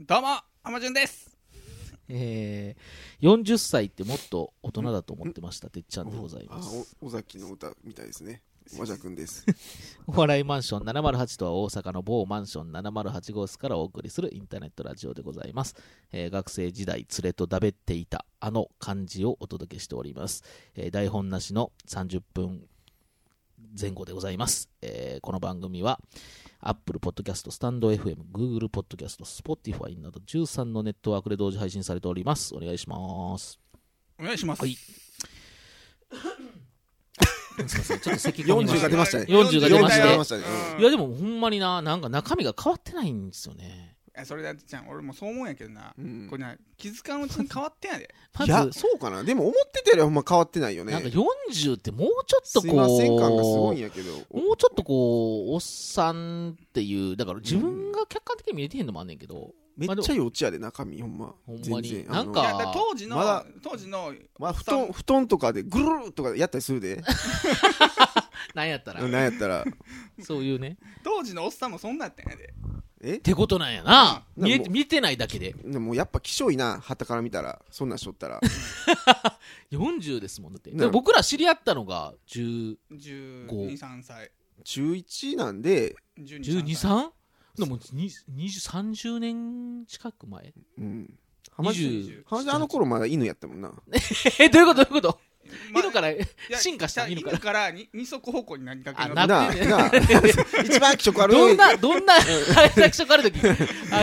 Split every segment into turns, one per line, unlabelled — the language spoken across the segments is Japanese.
どうも、浜潤です。
えー、40歳ってもっと大人だと思ってました、てっちゃんでございま
あ
す。
お尾崎の歌みたいですね和田君です
お笑いマンション708とは大阪の某マンション708号室からお送りするインターネットラジオでございます。えー学生時代、連れとだべっていたあの漢字をお届けしております。えー台本なしの30分前後でございます。えーこの番組は、Apple Podcast、スタンド FM、Google Podcast、Spotify など13のネットワークで同時配信されております。お願いします。
お願いします。
はいすいませんちょっと咳込みまし
40が
た
出ましたね
40が出まして
40が出ましたね
うん
いやでもほんまにな、なんか中身が変わってないんですよね。
いやそれだってちゃん、俺もそう思うんやけどな。
うん
これな、気づかんうちに変わってんや で。
ま
い
ず、
やそうかなでも思ってたよりほんま変わってないよね
なんか40ってもうちょっと
すいま
こ
せん感がすごいん
う、
やけど
もうちょっとこう、おっさんっていう、だから自分が客観的に見えてへんのもあんねんけど、
めっ
まあでも
ちゃ幼稚やで中身ほんま
ほんまに
全然
な
あ
ん
の
い
か
やだから当時の、
まだ
当時の、
まあ布団布団とかでぐるるとかやったりするで
なんやったら
う、んなんやったら
そういうね。
当時のおっさんもそんなんやったんやで。
え
ってことなんやな。
うん
見え
でも
見てないだけで。
でもやっぱ気性いなはたから見たらそんなんしとったら
40ですもん、だって。
ね
でも僕ら知り合ったのが10、
12、3歳。
中1なんで、
12
12、
歳。
3? でも20 30年近く前
うん、浜地
20
浜地あの頃まだ犬やったもんな
え、どういうことどういうこと
ま
犬から
いや
進化し
い
た
や
犬
犬
か
かららに二足方向になりかけの
あな
な
っ
なあ
て
一番気色悪い
どんな、どんな、対策があるとき、あ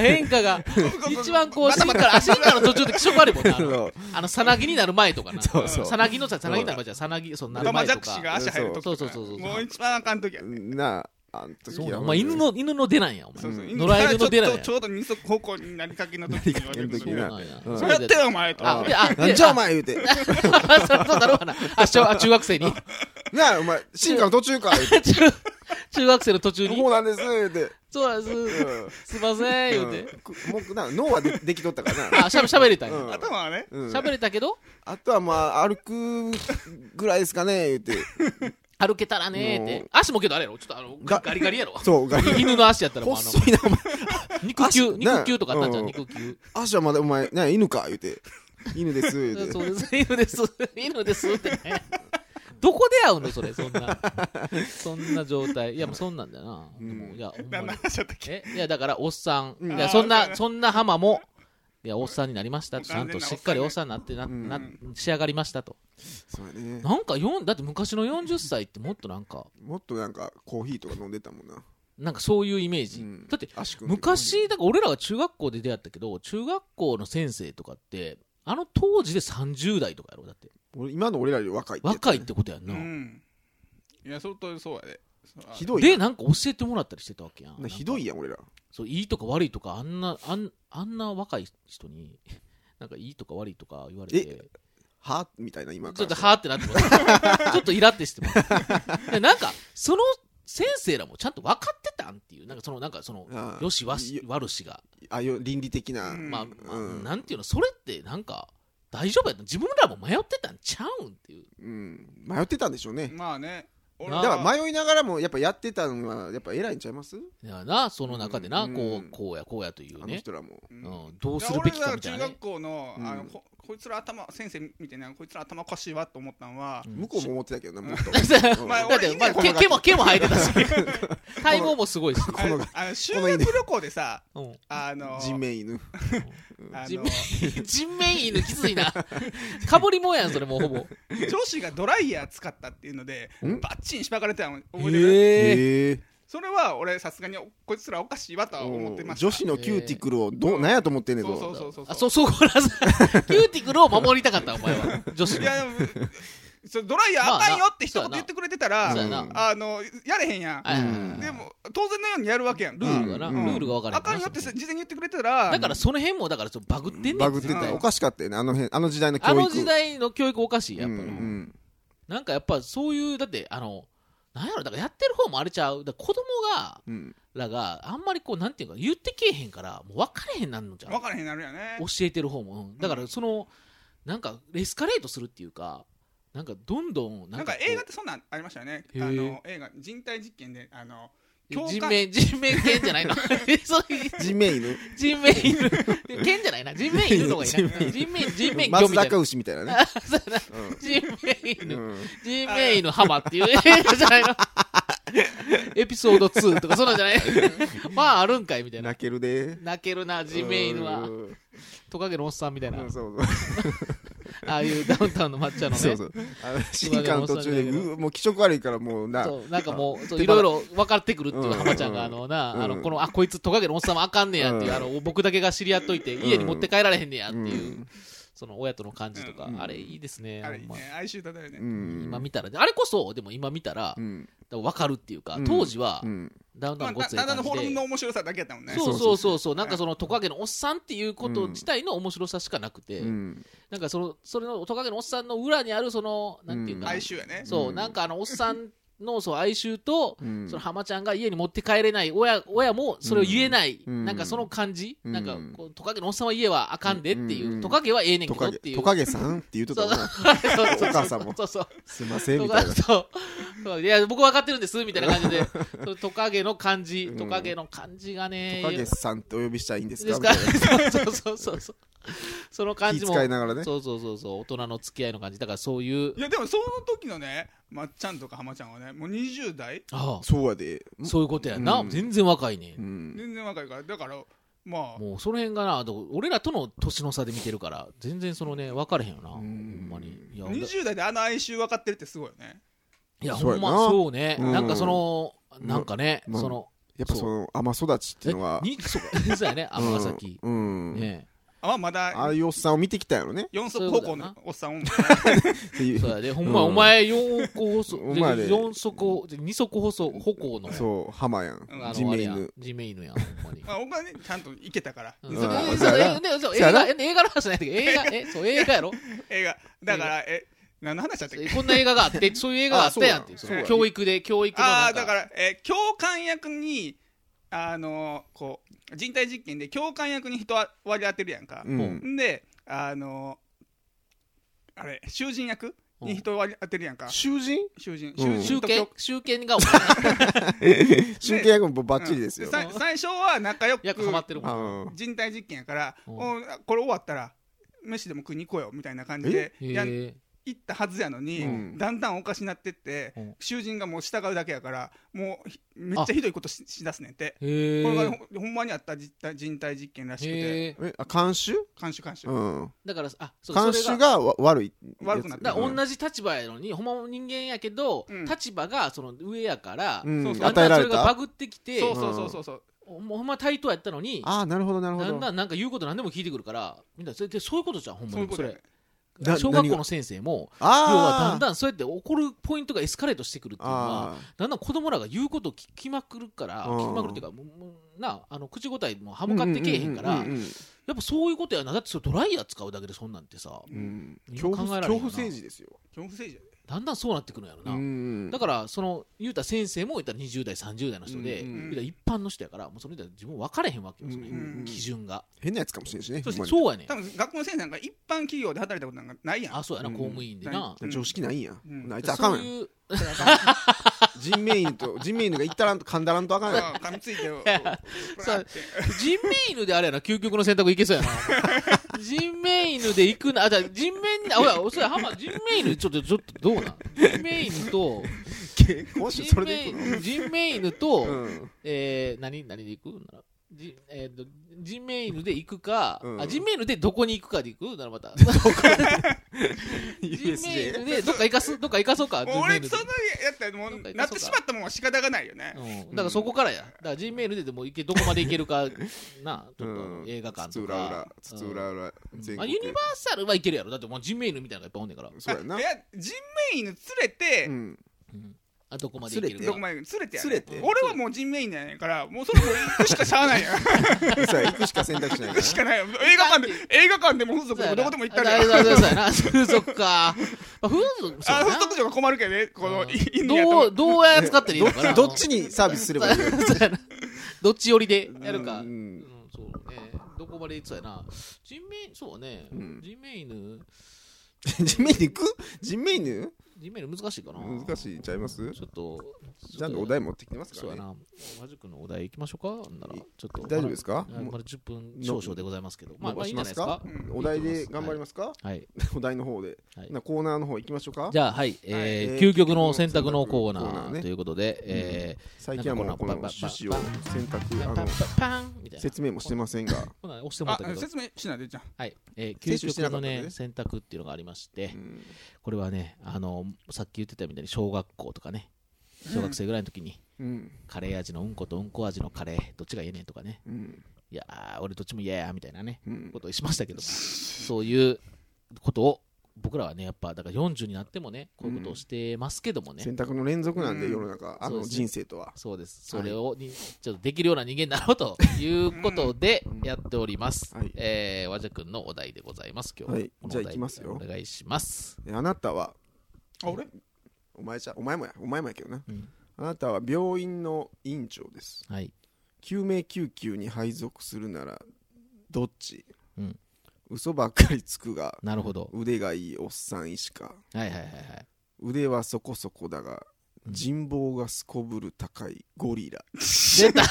変化が、一番こう、進化、あ進化の途中で気色悪いもんな。あの
そう
あの、さなぎになる前とかな。
そうそう
さなぎのさ、さなぎになる前じゃない、さなぎ、そう、なる
頭マ
前
ジャ
と
クシ
か。
が足入るときとか
そうそうそうそう
もう一番あかんときや。
なあ、あん時
そうな
は
んお前、犬の、犬の出ないやん、お前。
そうそう
野良犬の出な
ち
い
ょっとちょうど二足方向になりかけの時に言われる
なりかけの時な
そうなんや。
うん
そうやってよお前と
あであで
なんじゃお前言うて。
あそうそうなるわな。あ、小あ中学 生に。
なあ、お前、進化の途中か言うて。
中中学生の途中に
こ。うなんです、言うて。
そうなんです。すいません、言うて。
うんくもうな、脳はでできとったからな。
あ、しゃべ、しゃべれたん
うん
や。
頭はね
うん
しゃべれたけど、
あとはまあ、歩くぐらいですかね、言うて。
歩けたらねーって
もう。
足もけどあれやろちょっとあの、ガ
が
リガリやろ
そう、が
犬の足やったらもうあの
細いな、お前。
肉球、
足
肉球とかあったんじゃん、
うん
肉球。
足はまだ、お前、なあ犬か、言うて。犬です、言うて。
そうです、犬です、犬ですってね。どこで会うのそれ、そんな。そんな状態。いや、もうそんなんだよな。でもいや、ほんま
何の
に。
話だったっけ
え、いや、だから、おっさん。
うん
いや、そんな、そんな浜も、いや、おっさんになりましたと。ちゃんとしっかりおっさんになって、な、
うん
な、仕上がりましたと。
そうやね。
なんか、よんだって昔の40歳ってもっとなんか、
もっとなんか、コーヒーとか飲んでたもんな。
なんかそういうイメージ。
うん
だって、
足くん。
昔だから俺らが中学校で出会ったけど中学校の先生とかってあの当時で30代とかやろだって
俺今の俺らより若いってやつ
若いってことやんな、
うんいや相当そうやでそうあ
ひどい
で
な。
なんか教えてもらったりしてたわけやん
なひどい
や
やん、俺ら。
そういいとか悪いとかあんなあんあんな若い人に なんかいいとか悪いとか言われて
はみたいな、今
ち
か
ょっ
ら
と。はーってなってます ちょっとイラってしてますでなんかその先生らもちゃんと分かってたんっていうなんかそのなんかその
ああ
よしわし
よ
悪しが
あよ倫理的な、
うん
まあ、まあ
うん
なんていうのそれってなんか大丈夫やった自分らも迷ってたんちゃうんっていう
うん、迷ってたんでしょうね
まあね俺
な
だ
あ
から迷いながらもやっぱやってたのはやっぱ偉いんちゃいます、
いやなその中でな、
うん
こうこうやこうやとい
あ
う
の
ね、
人らも
う
うんん、どう
い
す
や
るべ
俺
きか
が
みたい
中
なね
学校のあの
うん
ここいつら頭先生見てねこいつら頭おかしいわと思ったんは
うん
向こうも思ってたけどなもっと、
まあ
だって、まあ、
俺
毛
犬
毛も毛も生えて たし体毛もすごいし、
あのあの修学旅行でさ
うん、
あの
人面犬
あの
人面人面犬きつい なかぶりもんやんそれもうほぼ
上司がドライヤー使ったっていうので
ん
バッチンしばかれてたの覚えてる
ええ
へえ
それは俺さすがにこいつらおかしいわとは思ってました
女子のキューティクルをどう、なんやと思ってんねん
そう
ぞ
そうそう
あそうそうこらさキューティクルを守りたかったお前は女子
い
の
やでもそれドライヤーあかんよって一言言ってくれてたら、
そうや
な
そうや
あのやれへんやん、
はいはいはい
うん
でも当然のようにやるわけやん
ルールがな、
うん
ルールが分からへ
あ
んな
かんよって
そ
事
の
前に言ってくれてたら
だからその辺もだからちょっとバグってんねん
バグって
絶
た
対
おかしかったよねあの辺あの時代の教
あ
育
の時代の教育おかしいやっぱり、
うんうん
なんかやっぱそういうだってあのなんやろだからやってる方もあれちゃうだから子供が
うん
らがあんまりこうなんていうか言ってけえへんからもう分かれへんなんのじゃん
分からへんなるやね
教えてる方も、うんだからそのなんかエスカレートするっていうかなんかどんどん
な
なんんか
か
こう
映画ってそんなんありましたよね
へ
あ
ー
の映画人体実験であの共
人
感
命、人命犬じゃないのそういう
人面犬
人命犬。犬じゃないな。人命犬とかいいな。人命、人命魚み
松
たい
坂
な。
牛みたいなね
人命
う
犬。
んうん
人命犬浜っていう 映画じゃないのエピソード2とかそんなんじゃ ないまああるんかいみたいな。
泣けるで
泣けるな、人命犬は
う。ん
トカゲのおっさんみたいな
うん。そうそう
ああいうダウンタウンの抹茶のね。
そうそうあの新刊途中でぐーもう気色悪いからもうな
そうなんかもうそう
手
い
放
ろいろ分かってくるっていう
うん
浜ちゃんがあのな、
うん
あのこのあこいつトカゲのおっさんはあかんねやっていう、
うん
あの僕だけが知り合っといて家に持って帰られへんねやっていう、
うん
その親との感じとか、
うん
あれいいですね
あれいい
ほんま
ね哀愁漂う
う
ね
ん
今見たらあれこそでも今見たら、
うん
分かるっていうか、
うん
当時は、
うん
ダウンタ
まあ
ウンご
た
っつい
ただのフォルム
感じ
の
で。
面白さだけやったもんね
そう
そ
そ
うそうう
そうそうなんかそのトカゲのおっさんっていうこと自体の面白さしかなくて、
うん
なんかそのそれのトカゲのおっさんの裏にあるそのなんていうか、
うん
哀愁やね
そう、
うん
なんかあのおっさんのそう哀愁と、
うん
その浜ちゃんが家に持って帰れない親親もそれを言えない、
うん
なんかその感じ、
うん
なんかこうトカゲのおっさんは家はあかんでっていう、
うん
トカゲはええねん
ト
けど
カ
っ
ゲ
ていう
トカゲさんって言うとったもんな
そうそう
お母さんも
そうそう
すいません
ト
みた
カ
いな
そうそういや僕分かってるんですみたいな感じ でそうトカゲの感じ
うん
トカゲの感じがね
トカゲさんってお呼びしたらいいんです
で
か
す
みた
か
いな
そうそうそうそうその感
気
じも
使いながらね
そうそうそうそう大人の付き合いの感じだからそういう
いやでもその時のねまっちゃんとか浜ちゃんはねもう20代
ああ
そうやで
そういうことやな、
うん
全然若いね、
うん
全然若いからだからまあ
もうその辺がな、あと俺らとの年の差で見てるから、全然そのね、分かれへんよな、ほ
うん
んまに。いや、ほんと
20代であの哀愁分かってるってすごいよね
いや
そう
ほ
や
ん
な
まそうね、
うん
なんかその、なんかね、
うん
その、
やっぱその甘育ちっていうのが
にそう そうやね、
うん
尼崎。
うん
ね
あまあま
あ
だ
あいうおっさんを見てきたんやろね
四足歩行のおっさんを
ってい
そう
う
やで、ほんま、
うん
お前4個細、
お前ね
4足、2足細、歩行の、
そう浜や
うん
あ
ん
の
地面
あれや
犬、
地面犬やん、ほんまに。
まあ、お金ちゃんと行けたから、
うん
そ
そう
こ
ん
そう
そうや
え
な
でそう
そう
映
やな
画え映画の話じゃないんだけど映画、え、そう、映画やろ
映画だからえ何の話だったっけ
こんな映画があって、そういう映画があったやんっていう、
あ
そ
そうや
の教育で、教育の
あ
な
あ
ん
だ
か
か。らえ教官役にあのこう人体実験で教官役に人は割り当てるやんか、
うん
ん、であのあれ囚人役に人を割り当てるやんか、
囚人
囚人
うん
囚人
集
と
権
教
集権が、
集計役もバッチリですよ
うんさ最初は仲良く
役ハマってるもん。
あ
人体実験やから、
うん
おこれ終わったら飯でも食いに行こうよみたいな感じでやん
へ
行ったはずやのに、
うん
だんだんおかしなってって、
うん
囚人がもう従うだけやからもうひめっちゃひどいことししだすねんて、
え。
これがほほんまにあった実体人体実験らしくて
へえ。
えあ監修
監修監修、
うん
だから、あ、そう
監
そ
修
れが。
がわ悪い
悪くなった
だから
同
同じ立場やのに、ほんまも人間やけど、
うん
立場がその上やから、
そう
じ
そう
だ
与
んだ
えら
んそ
れ
れがバ
た
グってきて、
そうそうそうそうそう
ほんまほんま対等やったのに、
ああなるほどなるほ
だんだ
ど
んなんか言うこと何でも聞いてくるから、みんな、それでそういうことじゃん、ほんま
そういう
に。
こ
そ
とや
れ
ね。
な
小学校の先生も、要はだん
あ
だんそうやって怒るポイントがエスカレートしてくるっていうのは、
あ
だんだん子供らが言うこと聞きまくるから、
うん
聞きまくるっていうか、もうもうなあの口答えも歯
あ
向かってけえへんから、
うんうんうん
やっぱそういうことやな、だってそれドライヤー使うだけでそんなんてさ、
うん
今
恐怖
考えられへんな
恐怖政治ですよ
恐怖政治や
だんだんそうなってくるんやろな。だ
だ
から、その、言うたら先生も言ったら20代、30代の人で、
うん
うん
言うたら一般の人やから、もうその人は自分分かれへんわけよ、その
うん
うんうん
基準が。
変なやつかもしれんしね
そして、
ほんまに
そうやねん
多。分学校の先生なんか一般企業で働いたことなんかないやん
あ、そうやな、
うん
公務員でな。
うん
常識ないんや、
うん
あいつ
だ
あ
から
か
そうん
やん
いう、
人面犬と 人面犬がいったらんと噛んだらんとあかんやん
あ噛みつい て
さ人命犬であれやな、究極の選択いけそうやな。人命犬で行くな、あ、じゃあ人命犬、あ、ほら、それ、浜、人命犬、ちょっと、ちょっと、どうなん人命犬と、
結婚して
人
それでいくの
命人命犬と、
うん
えー、何何で行くならじ、えー、とジンメイルで行くか、
うん
あジンメイルでどこに行くかで行くならまた ジンメイ
USJ
ルでどっか行かすどっか行か そうかジンメイ
俺
ル
そ
で
んなやったらも
なんか
う
い
な
か
っ
そ
てし
うか
まったもんは仕方がないよね、
うん、だからそこからやだからジンメイルででも行けどこまで行けるかなちょっと映画館
津
と
々浦
か
々津々浦々全
まあ、
国
ユニバーサルは行けるやろだってもうジンメイルみたいなのがいっぱいおんねんから、
そうやな
あいや人命犬連れて、
うん
うんあどこまで行ける
ど
か
こまで連れてや
連れて
俺はもう人命員なんやからもうそれもう行くしかしゃあないやん行
そうや行くしか選択肢ないか
くしかないやん映画館で映画館でも風俗でもどこでも行ったら
あ
やん
だからそうやな 風俗か、まあ、風俗そう
あ
やな
風俗嬢が困るけどねこの
うん
犬や
ど
と
うどうやって使ったらいいのからな
どっちにサービスすればいいの
そうやなどっち寄りでやるか、
う
うんんそうねどこまで行ってたやな人命そうね、
うん
人命犬
人面犬行く人面犬
G メール難しいかな
難
い
しいちゃいます
ちょっと
ちゃんとお題持ってきてますか
そう
ら
や
ね
なマジックのお題いきましょうかほんならちょっと
大丈夫ですか
まだはい
も
まだ10分少々でございますけどまあま
伸ば
あいい
し
んじゃ
ま
ないです
う
すか
か
ん
お題で頑張りますか
はい、
お題の方で、
はい
なコーナーの方行きましょうか
じゃあはい、えー
えー
究極の選択のコーナ
コーナー
ー
ね
ということで、え
最近はもうこの趣旨を選択
ー、パ
あ
ンパン
の
パンみたいな
説明もしてませんが、
こんなん押してもらっ
あ
たけど
説明しないでじゃん
はい、えー、
接
究
種して
極
なか
の
ったんで
ね
ね
選択っていうのがありまして、
うん
これはねあのさっき言ってたみたいに小学校とかね小学生ぐらいの時に、
うん
カレー味のうんことうんこ味のカレーどっちがええねんとかね
うん
いやー俺どっちも嫌やみたいなね
うん
ことをしましたけどもそういうことを僕らはねやっぱだから40になってもねこういうことをしてますけどもね、
選択の連続なんで、
うん
世の中あ
そう
の
ですね
人生とは
そうです。
は
そ
い
れをに、ちょっとできるような人間になろうということで
うん
やっております。
はい
えー、和く君のお題でございます。今日は
はい
このお題
じゃあ行きますよ
お願いします。
えあなたは
あ俺
お前じゃお前もやお前もやけどな
うん
あなたは病院の院長です
はい。
救命救急に配属するならどっち、
うん
嘘ばっかりつくが
なるほど。
腕がいいおっさん医師か
はいはいはいはい。
腕はそこそこだが
うん
人望がすこぶる高いゴリラ、
出 た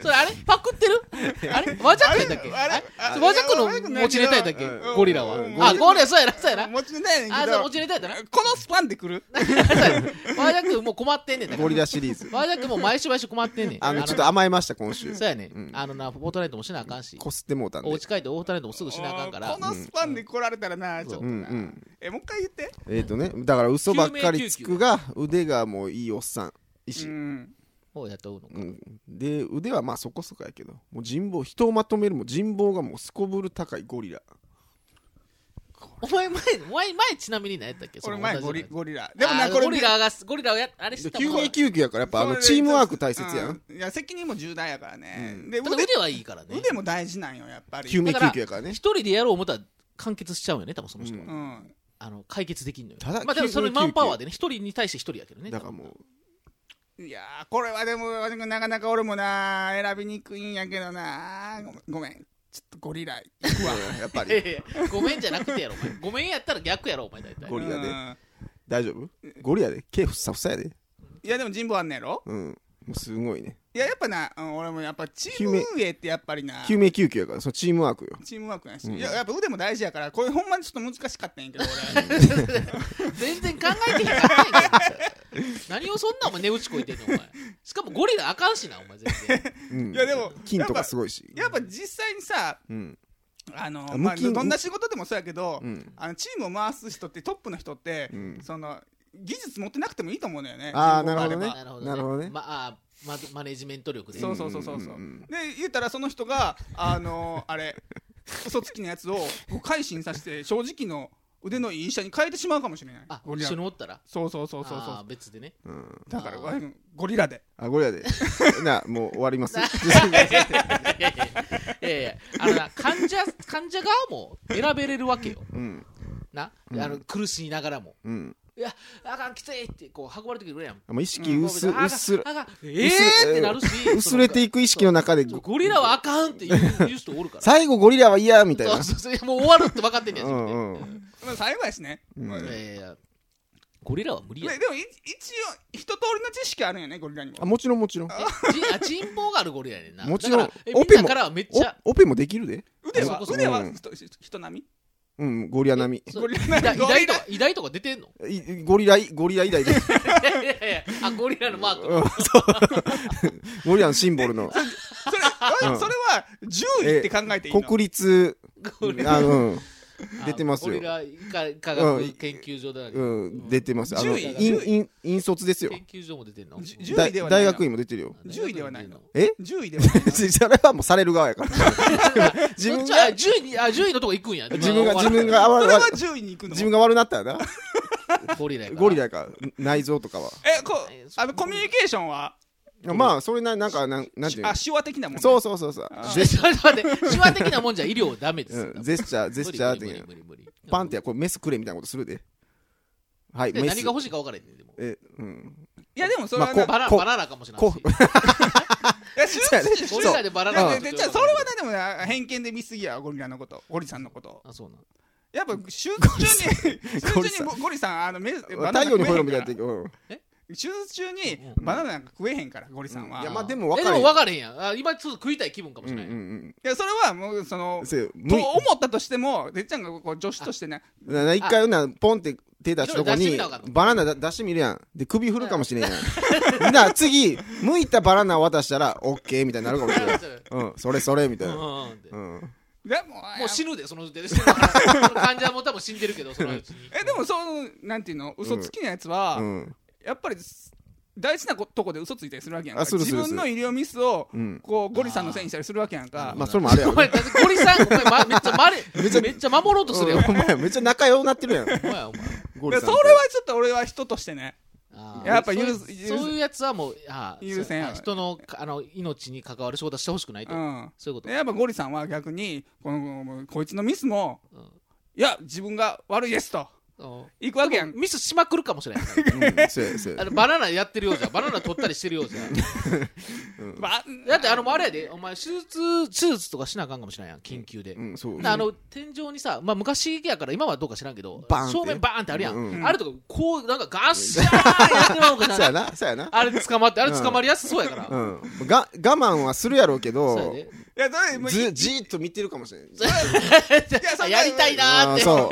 それあれパクってるあれ和ジャックやったっけ
あれ
あ
あ
れ
れ
和ジャック
あれ
の持ちネタやったっけ
うん
ゴリラは
うん。
あ、ゴリラそうやな、そうやな。
持ちネタ
あ、
やね
そう、
ん
持
け
ちネタやったな。
どこのスパンで来る
そうやな和ジャックもう困ってんねんだから
ゴリラシリーズ
和ジャックもう毎週毎週困ってんねん。
あのちょっと甘えました今週
そうやね、
うん
あのな、フォートナイトもしなあかんし、
こすってもうたんで
お家帰ってオートナイトもすぐしなあかんから
こ、のスパンで来られたらなちょっと
うんうん
えもう一回言って
えっ、とねだから嘘ばっかりつくが腕がもういいおっさん医師、
う
うん
ん
を雇うのか。
で腕はまあそこそこやけどもう人望人をまとめるも人望がもうすこぶる高いゴリラ
お前前、お前前ちなみに何やったっけ
俺前ゴリ
ラ。
ゴリラ
で
で
も
も
な、
な
こ
こ
れ
れ
ゴリラが、ゴリラをや、あれしてた
救
もん
命救急やからやっぱあの
それ
チームワーク大切やん
うんいや責任も重大やからね
うん
で
ただ
腕
腕はいいからね。
腕も大事なんよやっぱり
救命救急やからね
一人でやろう思ったら完結しちゃうよね、多分その人は。
う
うん
あの、解決できんのよ。
ただ
まあでもそれ
救命救急
マンパワーでね、一人に対して一人やけどね。
だからもう
いやーこれはでも和田君なかなか俺もな選びにくいんやけどなごめんごめんちょっとゴリラ行くわ
やっぱ
多分。いや
り
いやいやごめんじゃなくてやろ、お前。ごめんやったら逆やろ、お前大体。
ゴリラで
うん
大丈夫ゴリラで毛ふっさふさやで
いやでも人望あんねやろ
うんもうすごいね
いややっぱなうん俺もやっぱチーム運営ってやっぱりな
救命救急やからそのチームワークよ
チームワークやし、
うん
いややっぱ腕も大事やからこれほんまにちょっと難しかったんや けど俺
全然考えてへんかったんやけど何をそんなお前値打ちこいてんのお前しかもゴリラあかんしなお前全然
うん
いやでも
金とかすごいし
やっぱ実際にさ
うん
あの
あ
まあ、
無菌
どんな仕事でもそうやけど、
うん
あのチームを回す人ってトップの人って、
うん
その技術持ってなくてもいいと思うのよね
あー
人望がれば
なるほどねなるほどね
まあママネジメント力で
そうそうそうそうそう,、
うんうんうん
で言ったらその人があのーあれ 嘘つきのやつを改心させて正直の腕のいい医者に変えてしまうかもしれない
あ
ゴリ
一
ラ
緒におったら
そうそうそうそうそ
あー
う
別でね
うん
だから
あー
ワインゴリラで
あゴリラで なあもう終わります
いやいやいやいやあのな患者患者側も選べれるわけよ
うん
な、
うん
あの苦しみながらも
うん
いやあかんきついってこう運ばれてくるやん
あもう意識うす
あかん
うっすら
あかんええー、ってなるし
薄れていく意識の中で
そうゴリラはあかんって言う言う人おるから
最後ゴリラは嫌 みたいな
そうそうそうもう終わるって分かってんねや
う
自分で
んうん
まあ最後やしね、
うん
まあ
いやいやいやゴリラは無理や
ねでもい一応一通りの知識あるんやねゴリラにも
あもちろんもちろん
えじあ人望があるゴリラやねんな
もちろん
だからえみ
オ
ん
ペ
な
も
からはめっ
お
ちゃ
オペもできるで
腕
そ
は
こそこ
腕は
うん
人人並
うんゴリラ並
そう
ゴリラ
偉大
ゴリラ
偉大とか偉大とか出てんの
みいゴリラいゴリラ以来で
いやいやいや あゴリラのマーク
うんゴリラのシンボルの
みそれ ワイン
うん
それは獣医って考えていいの
国立
ゴリラ
あうん
あ
出てますよ
ゴリラ科科学研究所だけど
うん出てますあの
獣医
引引引率ですよ
研究所も出てんの
じ獣
大
医ではない
大
の
学院も出てるよ
獣医ではないの
え
獣医ではないの
それはもうされる側やから
自
自分
分
が
が10位にあ10位のとこ行くんや
自分が自分
あ
が
そ
悪
れは
悪
獣医に行くの
自分が悪なったらな
ゴリラやから
ゴリラやから内臓とかは
えこあのコミュニケーションは
まあそれななんかなんなんていうの
あ手話的なもんね
そうそうそうそう
あー
ちょっと待って手話的なもんじゃ医 療ダメですよ
うんジェスチャージェスチャーって
無理
言う
無理無理無理
パンってやこれメスくれみたいなことするではい
で
メ
何
ス
が欲しいか分からへんねんでも
えうん
いやでもそれは
ま
な
あこ
バラ
こ
バナナかもしれない
こ
し
いや手
そうや
術
ね
して
ゴリラでバラ
い
ナ
や
ナ
ででじゃあそれはなでもな偏見で見すぎやゴリラのことゴリさんのこと
あそうなん
やっぱ週中に週
ゴリ
中
さん
にゴリさんあのめバナナ
太陽にほえろみたい
食
な
えへんか
時うん
ら手術中に
うん
バナナなんか食えへんからゴリさんは、
いやまあで
も
も分
え
か
で
る
も分かれへんやんあ今ちょっと食いたい気分かも
う
し
ん
れ
う
ない、
ん
いやそれはもうその
うんせ
と
むい
思ったとしてもてっちゃんがこう女子としてね
なな一回なポンって手出したとこ
いろいろ出してみ
に
なあかんと
バナナだ出してみるやんで首振るかもしれんやんだ から次剥いたバナナを渡したらオッケーみたいになるかもしれんうんそれそれみたいな
うんうんって
うん
でも
もう死ぬでそのでその患者も多分死んでるけどそのうちに
えでもそのなんていうの嘘つきなやつは、
うん
やっぱり大事なことこで嘘ついたりするわけやんか
あするするする
自分の医療ミスを
うん
こうゴリさんのせいにしたりするわけやんか
まあそれもあれや
お
ろ
前だってゴリさんお前、ま、めっちゃまれめっちゃ守ろうとするよ
お前めっちゃ仲良くなってるやん
お前お前
ゴ
い
リ
や
さ
そ
ん
れ
と
はちょっと俺は人としてね
あー
やっぱ許
そう
す
いう
許す
そういうやつはもうあー
許せん
そうあ人のかあの命に関わる仕事はしてほしくないと、
うん
そういうこと
でやっぱゴリさんは逆にこのこいつのミスも
うん
いや自分が悪いですと
うん
いくわけやん
ミスしまくるかもしれない
うんそうやそうや
あのバナナやってるようじゃんバナナ取ったりしてるようじゃん
ば
だってあのあれやでお前手術手術とかしなあかんかもしれないやん緊急で、
うんそう
なあの天井にさ、まあ、昔やから今はどうか知らんけど
バーンって
正面バーンってあるやん、
うん
うん
あれとかこうなんかガッシャーやってまうか
そう
ら
やなそうやな
あれ捕まってあれ捕まりやすそうやから、
うんが我慢はするやろうけ
そうや
ど
で
いやだいもうい
ずじーっと見てるかもしれない
やそ
あ
んな
やりたいなーっ
うん
て
そう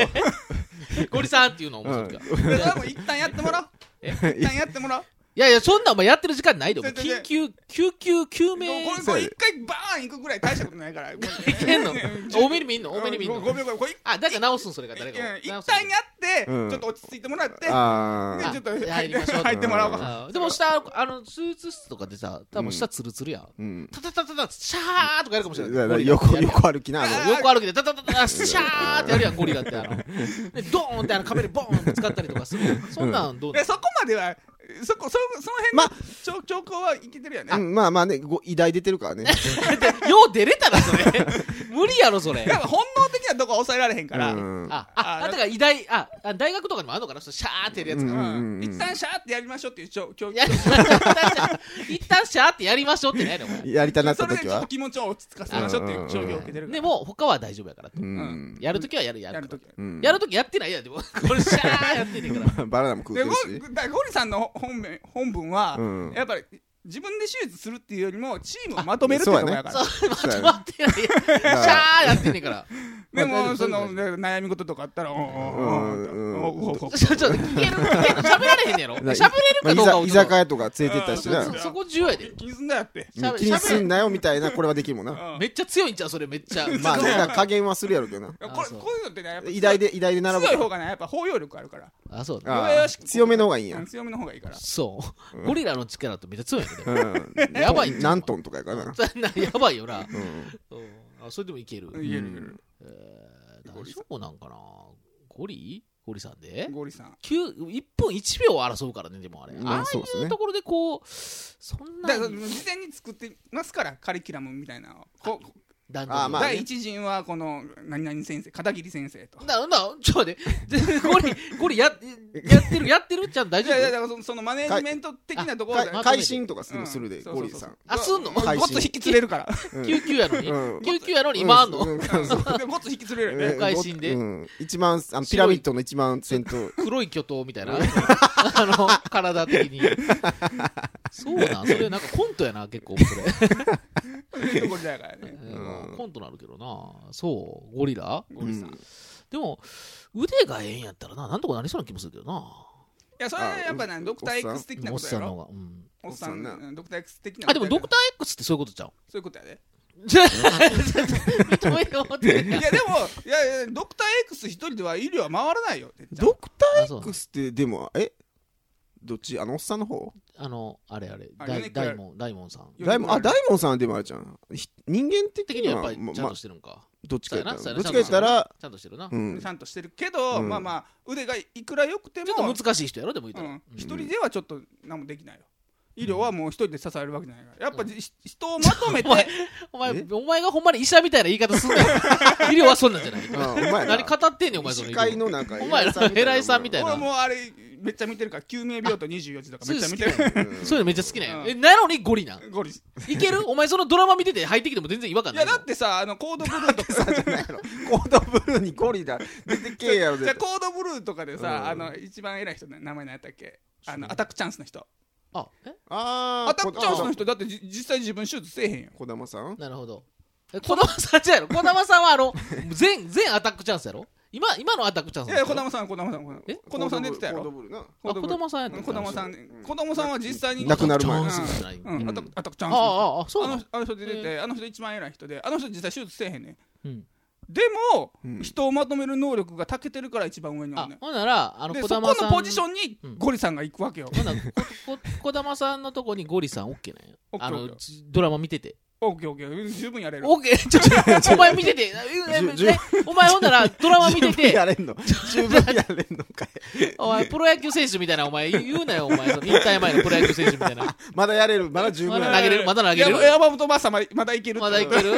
ゴリさんっていうのを思う時は、
う
いやもう一旦やってもらおう一旦やってもらおう
いやいやそんなんお前やってる時間ないでお前
全然
緊急救急救
こ
命
れこれ一回バーン行くぐらい大したことないからい
いけんの多めに見んの多めに見んの
5秒これ
あだから直すんそれが誰か
うん一
直す
旦やって、
うん
ちょっと落ち着いてもらって、でち
あ
ょ
ー
っと
あ入
入
りましょう
入ってもらおうか。
あでも下あの手術室とかでさ多分下ツルツルやん
うん
タタタタタシャーとかやるかもしれない
横
ゴリラってやるやん
横歩きなあの
横歩きでタタタタシャーってやるやんゴリラってあのでドーンってあの壁にボーンって使ったりとかするやんそんなんどう
でそこまではそこそその辺の、
ま
兆兆候はいけてるよね
う。んまあまあねご偉大出てるからね
よう出れたらそれ無理やろそれ
やっぱ本能的なとこは抑えられへんから、
う
うん
ん
あ、あ、あだから偉大、あ、あ大学とかにもあるのかな、そのシャーってやるやつ
う
が。
んうんうん
一旦シャーってやりましょうっていう兆兆
いや一旦シャーってやりましょうってないの、お前。
やりたなっ
そ
た
れでち
時
ょっと
は
気持ちを落ち着かせましょうっていう兆候を受けてるから。
でも、他は大丈夫やからと。
うん
やるときはやる、や
やる
る
とき。
うん
やるときやってないやん、でも。これシャーやってんねんから。
バナナも食うて
で
る
ゴ
し
だゴリさんの本面本文は、
うん
やっぱり自分で手術するっていうよりもチームをまとめるっていうとこやから。
そう、まとまってないやん。シャーやってんねんから。
で
まあ大
もそ
丈夫大
の
丈
悩み事とかあったら、お
うんうん
おおおお
ちょ、ちょ、聞ける、聞ける、喋られへんねやろ。喋れる
ま
か
あ居
どうか
ざ
を
居
ちょっと
酒屋とか連れてったりして
屋
な
そそこ重要やで。
気にすんなよって。
喋
気にすん
喋
なよみたいなこれはできるもんな
うん
めっちゃ強いんちゃう、それめっち ゃ。
まあねだから加減はするやろうけどな
これ
あそう
こういうのってねやっぱ
偉大で偉大で並ぶ
強い方がねやっぱ包容力あるから
あ、そう。
あ
弱
ー
々しく
強めの方がいいんや
うん強めの方がいいから
そう。ゴリラの力ってめっちゃ強いんや けど。
うん
やばい
何トンとかやからな
そんな やばいよな。
うん
うんあそれでもいける。
言える言える
えー、大丈夫なんかなゴリゴリさんで
ゴリさん
九1分1秒を争うからね、でもあれ。
ま
あ
あそうです
あいう
ね
ところでこう、そんな
だから
に
事前に作ってますからカリキュラムみたいなのをこう
段
あまあね
第一陣はこの何々先生片桐先生と
ななちょっと待って、 でゴリ、ゴリややってる、やってるちゃんと大
い
丈
やいやだ
夫
からそのそのマネジメント的なところ
か
で
まとめて
会心とかするするで
うん
ゴリさん
あ、すんの
もうごっつ引き連れる から
うん
救急やのに
うん
救急やのに今あんの、
うんうんそう
でもごっつ引き連れるよ
え
ね
お会心で
うん一番あのピラミッドの一番先頭
黒い巨頭みたいな、 あの、体的に。そうなん、それなんかコントやな、結構、それ。
ところだからね
うん
コントなるけどな。そう、ゴリラ
ゴリさん
うん
い
でも、腕がええんやったらな、なんとかなりそうな気もするけどな。
やそれはやっぱ
あ
ねドクター
おっさん
X 的な
おっ
ことや
さんの
ろ
方が。うん
おっさん
おっさん
うんドクター X 的なこ
あ、で
と
も
やか
ド
ら
クター X ってそういうことちゃう
そういうことやで
じゃあ、認めようって
い。 やでもいやいやドクター X 一人では医療は回らないよてっちゃん
ドク タ
あそう
ー X ってでもえどっちあのおっさんの方
あの、あれあれ、
あ
ダ
米
イ
倉
ダイモン、ダイモンさん。
よ
大門あ大門さんはでもあれじゃんひ人間的
的
に
にはや
は
っぱり
ま
ちゃん
ま
としてるんか。
どっちかやったら
そうや
どっ
な
ちかやったら
ちゃんとしてるな。
う
ち
ん
ちゃんとしてるけど、
うん
まあまあ腕がいくら良くても
ょっと難しい人やろ、でも言うた
う
ら
ん。一人ではちょっと何もできないよ医療はもう一人で支えるわけじゃないからやっぱじ、ひ人をまと めて
お前、お前
え、
お前がほんまに医者みたいな言い方すんなよ。医療はそんなんじゃない。
あお前ら
何語ってんねん、お前、その
司
医
会
療。
のなんか
お前ら
偉いさんみたいな
偉
俺
いさんみたいな
もうあれめっちゃ見てるから救命病棟24時とかめっちゃ見て
そうです
る
そういうのめっちゃ好きなん
う
や。
ん
え、なのにゴリなん
ゴリい
いけるお前そのドラマ見てて入ってきても全然違和感ない
や
の。
だってさあのコードブルーとか
さじゃないのコードブルーにゴリラ出てけえやろ
じゃ
絶
あコードブルーとかでさあ
うん
の一番偉い人の名前何やったっけあのアタックチャンスの人
あ、え
あ
アタックチャンスの人だってじ実際自分手術せえへんよ
児玉さん
なるほど。え児玉さんじゃやろ。児玉さんはあの、全、全アタックチャンスやろ今、今のアタックチャンス
い
なん
や
です
児
よ
玉さん児玉さん
え
児玉さん出てたや
コード
ろ
ブルーな
あ、児玉さんやった
児玉さ
ん。
ん児玉さんは実際に
亡くなる前
アタックチャンスじゃない。
うん
うん
アタックアタックチャ
あ
ン
あ
スの人
ああ、あそう
あ
な
の
の
あの人出てて、あの人一番偉い人であの人実際手術せえへんねん
うん
でも、
うん
人をまとめる能力が長けてるから一番上にお
あ
んねん、
ほんなら、あの、
で
児
そこ
玉さん。
のポジションに
うん
ゴリさんが行くわけよ、
ほんならここ児玉さんのとこにゴリさんオッケーなんや。
オッケー
あ
オッ
の
ケー、
ちドラマ見てて。
オッケーオッケー十分やれる
オッケー、ちょ、 ちょ、お前見てて。え
じゅじゅ
ねお前ほんなら、ドラマ見て
十分
て、
やれんの十分やれんのかい
お前プロ野球選手みたいな、お前言うなよ、お前。その引退前のプロ野球選手みた いな。
まだやれるまだ十分
ま
や
だ投
れ
げ
る
れるまだ投げれる
いや山本マサままだいける
まだいける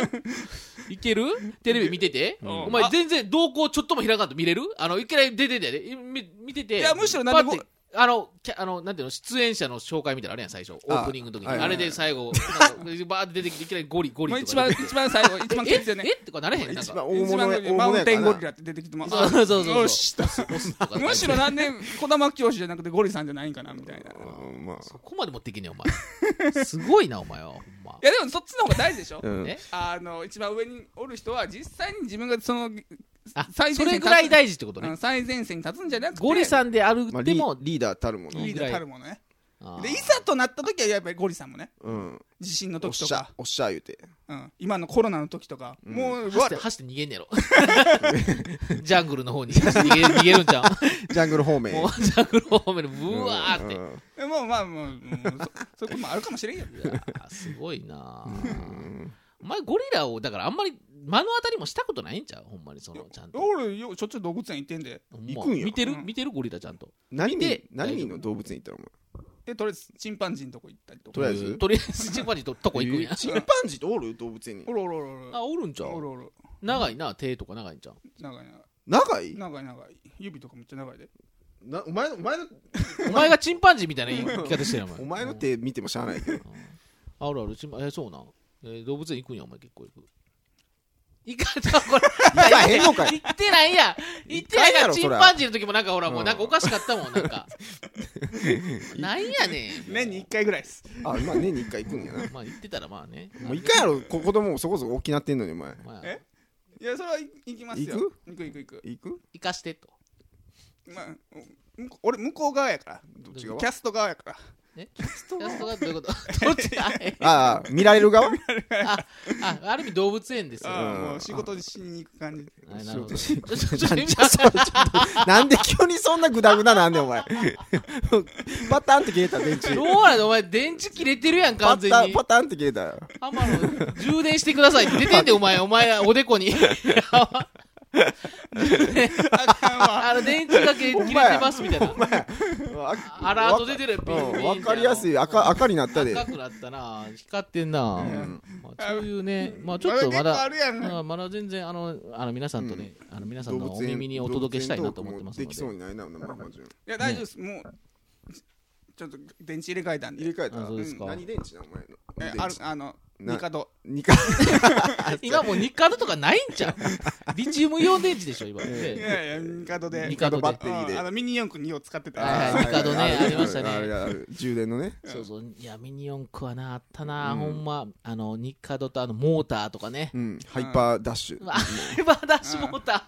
い けるテレビ見てて、
うん
お前
あ
全然動向ちょっとも開かんと見れるあの、いきなり出ててで、いみ見てて。
いやむしろなんで
パッてあの、キャあの、なんていうの、出演者の紹介みたいなのあれやん、最初。オープニングの時に。
はい
あ
はいはい
れで最後、なんかバーって出てきて、いきなりゴリゴリ
もう
と
一
か
番
出て
一番最後一番
え
きついよね
えってかなれへんなん
一
か。
番大
一
物
番
や
上
大
に
物
マウン
やか
テンゴリ
ら
ラって出てきてます
そうそうそうそう
よし
押すとか
むしろなんで児玉教師じゃなくてゴリさんじゃないんかなみたいない
うんまあ
そこまで持ってきんねんお前。 すごいな、お前は。ほんま。
やでもそっちの方が大事でしょ
うん
え
あの一番上におる人は実際に自分がその、
あ、
最前線
それぐらい大事ってこと
う
ね
ん。最前線に立つんじゃなくて
ゴリさんで歩
まあ
いて
リ
も、
リーダーたるもの
リーダーたるものね
あー
でいざとなった時はやっぱりゴリさんもね
うん
地震の
おっ
時と
しゃ
か、
おっしゃ言うて
うん、今のコロナの時とか、
うん
もうう
走
わ
って走って逃げんねやろ ジャングルの方に走って逃げ逃げるんちゃう
ジャングル方面
もう ジャングル方面にブワーって、
う
い
ん
もうまあもうもうそそういうこともあるかもしれんよ
やーすごいなー
うん
お前ゴリラをだからあんまり目の当たりもしたことないんちゃうほんまにそのちゃんと
俺よしょっちゅう動物園行ってんで
ほんま
行くんや
見てる
うん
見てるゴリラちゃんと
何
見て
見何見
大
んの
丈夫
動物園行ったらお前
でとりあえずチンパンジーのとこ行ったりと
とり
か
あえず
うんとりあえずチンパンジーととこ行くんや
えーチンパンジーっておる動物園に
おろおろおろおろ
あおるんちゃ
お
う
ろおろ
長いな手とか長いんちゃう
長い長
長い
い長い長い指とかめっちゃ長いで
なお前のお前の
お前がチンパンジーみたいな言い方してるやん
お前の手見てもしゃあないけど
あるある、ちま、えそうなん、えー動物園行くんや、お前結構行く。行かちゃう、これ。
行かへんのかい
行ってないやん。行ってない
行かんや
やん。
ろ
チ
そ
ン
ら
パンジーの時もなんかほら、もう
うん
なんかおかしかったもん、なんか。なんやねん。
年に1回ぐらいです
あまあ年に一回行くんやな
もうまあ行ってたらまあね。
もう一回やろこ子供もそこそこ大きなってんのにお前
まあ、
えいやそれはい行きますよ
行
行く行く行く
行く
行かしてと。
まあうん俺向こう側やから
どっ
キ
ち側
ャスト側やから
キャストがどういうことどっちだえ
ああ見られる 側
あ、あ、ある意味動物園ですよ。
ああ
は
もう仕事しに行く感じ
いなるほど。ち
ちょ
ょ
っ
ちょちょちょ
なんで急にそんなグダグダなんで お前パタンって切れた電池
どうなんだお前、電池切れてるやん、
パ
完全
タン
に。
パタンって切れたよ
ハマの充電してくださいって出てんで、お前、お前、おでこに。
あかんわ
あの、電池が切れ切れてますみたいな。アラート出てるよ、ピンピンって
わかりやすい
あ
赤赤になっ
の
たで
赤くなったな、光ってんな。
ん
まあそういうね、まあちょっと
結
ま
構あ
だ。
るやん
まあまだ全然あのあの皆さんとね、あの皆さんのお耳にお届けしたいなと思ってます
動
の
物園トークもでき
で
そうにないなお前マジで
いや大丈夫です、もうちょっと電池入れ替えたんで
入れ替えた
あそうですか
何電池なお前
え
の
あるあの
な
ニカド
2回
今もうニッカルとかないんちゃうリチウムイオン電池でしょ今、
い
ね、
やいやニカド で
ニカドで
バッテリー
うん
で
あのミニ四駆2を使ってた
はいはいニカドねありましたね
あるある充電のね
そうそういやミニ四駆はなあったな、ほんまあのニッカドとあのモーターとかね、
うんハイパーダッ シュ
あれはダッシュモーター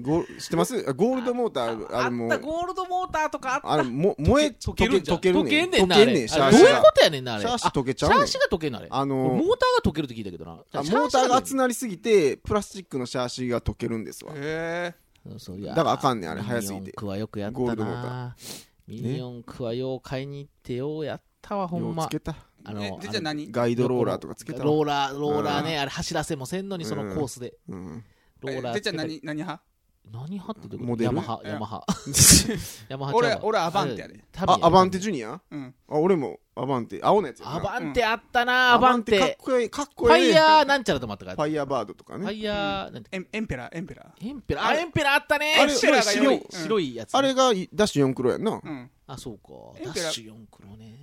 ゴー知ってますあゴールドモーターあれも
あったゴールドモーターとかあった
あれも燃え
溶けるんじゃん
溶ける
溶けんね
溶
んなあ
け
れ
んねんシ
あ
ャー
れど
シ
ういう
が
ことやねんなあれ
シャーシ
あ
溶けちゃ
シ
うね
ャ
ん
ーシが溶けんのあれ
あのー
俺モーターが溶けるって聞いたけどな
あ
シ
モーターが
シ溶け
熱
る
なりすぎてプラスチックのシャーシが溶けるんですわ
へえ
そうそういや
だからあかんねんあれ早すぎ
ミニ
て
四駆はよくやった
ゴールドモータ
なミニ四駆はよう買いに行ってようやったわほ
よ
ん
う
ま
つけた
あ
え
の
でじゃあ何
ガイドローラーとかつけたわ
ローラーローラーねあれ走らせもせんのにそのコースで
うん
ローラー
えでじゃあ
つけた
何何派
何派ってどういうこと
モデル
ヤマハ
いや
ヤマハヤマハちゃう
俺
わ
俺アバンテやで
あれタミヤ
あアバンテジュニアあ
うん
俺もアバンテ青のやつやな
アバンテあったな、アバン
かっ
テ。
こいいかっ
フ
こ
ァ
いい
イヤーなんちゃらともあったか
フ
ら。
ァイヤーバードとか
ファ
ね
イヤー、なんて
エンエンペラーエンペラー
エンペラー。あ、エンペラーあったね
あ。れ
白い、
白い
白い、
うん
白いやつ。
あれがダッシュ4クロやんな
うん
あ、そうか。
エン
ダ
ペラー
ッシュ4黒ね。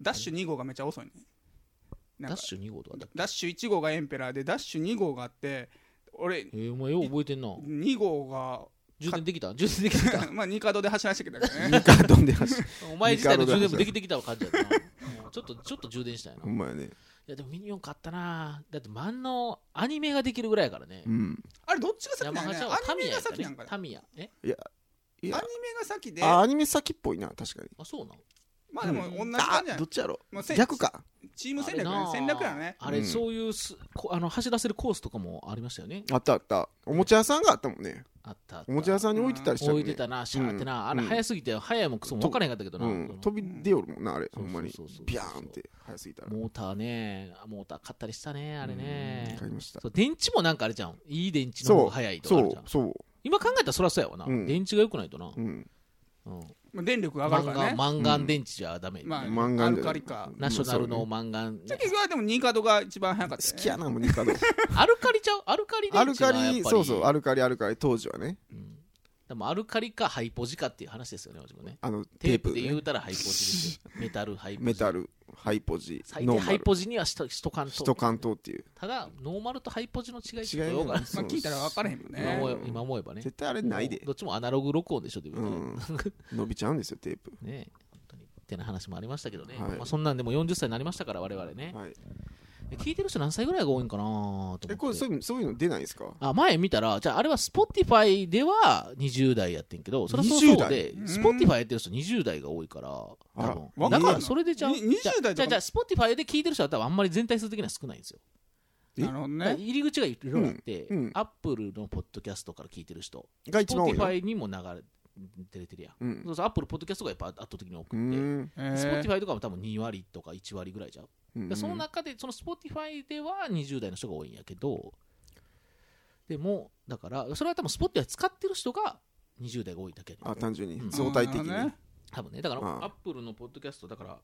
ダッシュ2号がめっちゃ遅いねな
ダ
んか
ッシュ2号とかだっ
ダッシュ1号がエンペラーでダッシュ2号があって俺
け。えー、お前よう覚えてんな。
2号が
充電できた充電できてた
まあ2カードで走らせてきたけど
ニ
ね
カートンで 走る
お前自体の充電もできてきた感じやったなうんちょっとちょっと充電したいな、
ほ
い
んまやね
やでもミニ四駆あったなだって漫のアニメができるぐらいやからね
うん
あれどっちが先
ヤ
な
マ
んや
ハち
ね
ゃんは
ア
タ
ニ
ミ
メ
ヤ
が
やった
先なんか
ね
なア
タミヤえ
い
ニメ
や
が先で
あ
ま
アニメ先っぽいな確かに
あそうなの
あでも同じ
あ
感じや
どっちやろ
まあせん
逆か
チーム
あ
戦略や
れな
ね戦略やね
あれ、
うん
そういうすこあの走らせるコースとかもありましたよね
あったあったおもちゃ屋さんがあったもんね
あったあった
おもちゃ屋さんに置いてたりしたよ
置
ね
いてたなシャーってな、
うん
あれ早すぎて早いもクソも分からへんかったけどな、
う
そ
ん
の
飛び出よるもんなあれ
そ
ほ
うん
まに
そうそうそう
ビヤーンって早すぎたら
モーターねモーター買ったりしたねあれ
うん
ね
買いました
そう電池もなんかあれじゃんいい電池の方
そう
が早いとかあ
そ
るじゃ
うんそ
今考えたらそりゃそうやわな、
うん
電池が良くないとな、
ううん
うん
まあ電力が上がる
マ
か
ンガ
ら
ン
ね
マンガン電池じゃダメ、
まあ
マンガ
ア
ンじ
ル
ゃな
カ
い
リか
ナショナルのマンガン、
じゃあ結局はでも2カードが一番早かったね
好きやなもう ニカード
アルカリちゃうアルカリ電
アル
池が
カ
やっぱり
リそうそうアルカリアルカリ当時はね
うんでもアルカリかハイポジかっていう話ですよね自分ね
あの
テ
テ
ー
ー
プ
プ
で
で
言
ね
うたらハイポジです よメタルハイポジ
メタルハイポジ
最
ノ
低
ーマ
ハイ
ル
ポジにはしとしとかんと
首都関東っていう
ただノーマルとハイポジの違いって
違い
ようが
ね
まあ聞いたら分からへんもん
今
ね
思え
うん
今思えばね
絶対あれないで
どっちもアナログ録音でしょってこと
う
で、
ん伸びちゃうんですよテープ
ね本当にってな話もありましたけどね、
はい
まあ、そんなんでも40歳になりましたから我々ね、
はい
聞いてる人何歳ぐらいが多いんかなと思って
えこれそういうそういうの出ないですか
あ前見たらじゃああれは Spotify では20代やってんけどそれはそうそうで
20代
Spotify やってる人20代が多いから多
あら
分
若
だ
いな
からそれでちゃう
に20代
じゃ
と
あじゃあ
か
Spotify で聞いてる人は多分あんまり全体数的には少ないんですよ
え
なるほど
だから
ね
入り口がいろいろあって
うんうん
Apple のポッドキャストから聞いてる人
が一番多いの
Spotify にも流れ出れてるやん
う
そ
ん
うそう Apple ポッドキャストがやっぱ圧倒的に多く
う
て
ん
Spotify とかも多分2割とか1割ぐらいじゃん
うん
でその中でその Spotify では20代の人が多いんやけどでもだからそれは多分 Spotify 使ってる人が20代が多いだけで
あ単純
うん
に相対的に
なるほどね
多分ねだから
ああ
Apple のポッドキャストだから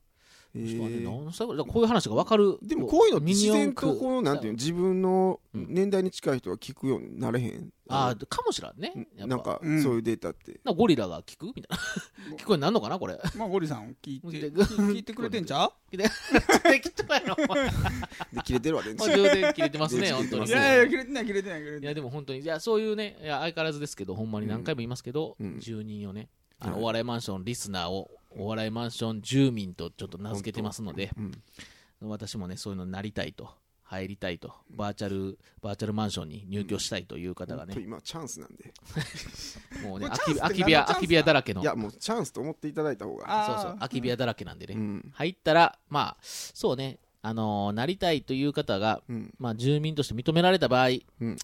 え
ちょっとあれ
ー
何歳ぐらいだからこういう話が分かる
でもこういうのって
ミニ
自
四
然
駆
とこのなんていうの自分の
うん
年代に近い人は聞くようになれへん
ああかもしらんねやっぱ
なんか
うん
そういうデータって
なんかゴリラが聞くみたいな 聞こえになんのかなこれ
まあゴリさん聞いて
で
聞いてくれてんちゃう
適当やなお前
で切れてるわけで
も
す
う
よ
充電切れてますね
充電
本当
切れてま
に
す
い
ね
やいや切れてない切れてない切れ
い
てな
や
い
でも本当にいやそういうねいや相変わらずですけどほんまに何回も言いますけど、
うん
住人をねあ
は
の
い
お笑いマンションリスナーをお笑いマンション住民とちょっと名付けてますので、
うん
私もねそういうのになりたいと入りたいとバーチャルバーチャルマンションに入居したいという方が
本当
ね、
今チャンスなんで
もうね
これ
空き
チャンスっ
空
て
き部屋
何のチャンスだ
空き部屋だらけの
い
そう
やもうチャンスと思っていただいた方が
そう空き部屋だらけなんでね、
うん
入ったらまあそうねあのーなりたいという方が、
うん
まあ、住民として認められた場合、
うん
う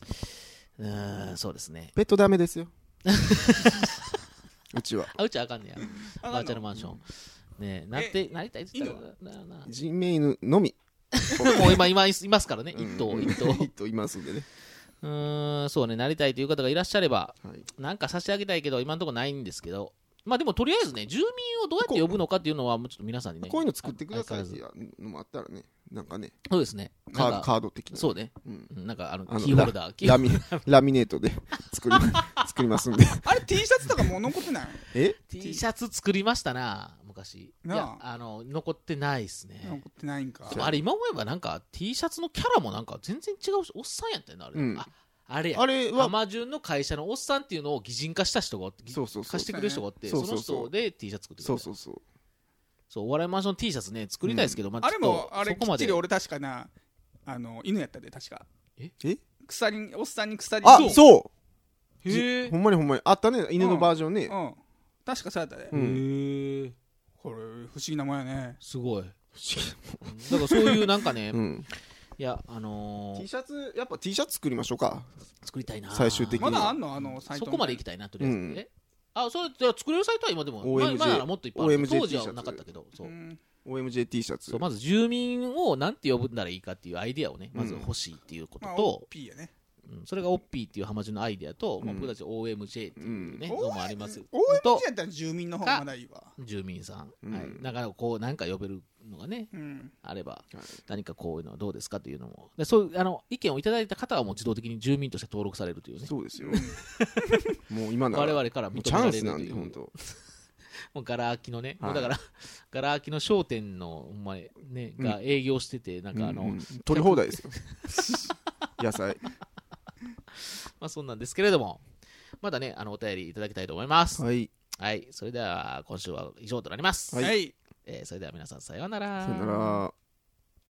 ーんそうですね
ペットダメですようちは
あうちはあかんねや
あ
バーチャルマンション。ねえ、なって、なりたいって言ったら、ななな
人命犬のみ
もう今、今いいますからね、一頭、一頭。
一頭いますんでね
うーん、そうね、なりたいという方がいらっしゃれば、
はい
なんか差し上げたいけど、今のところないんですけど、まあでも、とりあえずね、住民をどうやって呼ぶのかっていうのは、もうちょっと皆さんにね、
こういうの作ってください
あ
っ
相
て
変わら
いうのもあったらねなんかね
ずそうですね、な
カー
ん
ド
か
カード的な
そうね、
うん
うんなんかあの、
あの
キーホルダー、キー
ラミラミネートで作り作りますんで
あれ T シャツとかもう残ってない
え
T シャツ作りましたな、昔。い
なあ
や、あの、残ってないですね。
残ってないんか
でもあれ、今思えば、なんか、T シャツのキャラもなんか、全然違うし、おっさんやったよな、あれ。
うん
ああれや
あれは
浜順の会社のおっさんっていうのを擬人化した人がおってぎ
そうそうそう
貸してくれる人がおって
そ
そう
そうそう
の人で T シャツ作ってく
そ
れ
う
た
そうそう
そうお笑いマンション T シャツね作りたいですけど、まあ
あれもあれ
そこ
き
ま
っち
で
り俺確かなあの犬やったで確か
え
鎖におっさんに鎖
あ
そう
そ
へ
う
え
ほんまにほんまにあったね犬のバージョンね
うん確かそうやったで
うん
へえ
これ不思議なもんやね
すごいだからそういうなんかね、
う
い
ん
やあの
T
ー、
シャツやっぱ T シャツ作りましょうか
作りたいな
最終的
ま
に
だあんのあのサイ
そ
ト
こまで行
き
きたいなとりあえず、
うん
えあそれじゃあ作れるサイトは今でも
OMJ
まあ今ならもっといっぱいある
OMJ
当時はなかったけどそう、
OMJT シャツ
そうまず住民をなんて呼ぶならいいかっていうアイディアをねまず欲しいっていうこと
まあ
と、
P やね
うんそれがオッピーっていうハマジのアイデアと、まあ
うん
僕たち OMJ っていうね、
うん
のもあります
OMG
と
やったら住民の方がまだいいわ
住民さん、
うん
はい、だからこうなんか呼べるのがね
うん
あれば
はい
何かこういうのはどうですかというのもでそういうあの意見をいただいた方はもう自動的に住民として登録されるというね
そうですよ もう今なら
我々から認
チ
めら
ャ
れ
ン
る
スなん
とい
で
う
本当
もうガラ空きのね、
は
も
い
うだから ガラ空きの商店のお前ね
うん
が営業しててなんかあの、
うんうん取り放題です よ野菜
まあそんなんですけれどもまだねあのお便りいただきたいと思いますはい、
はい
それでは今週は以上となります、
はい
えーそれでは皆さんさようなら
さよなら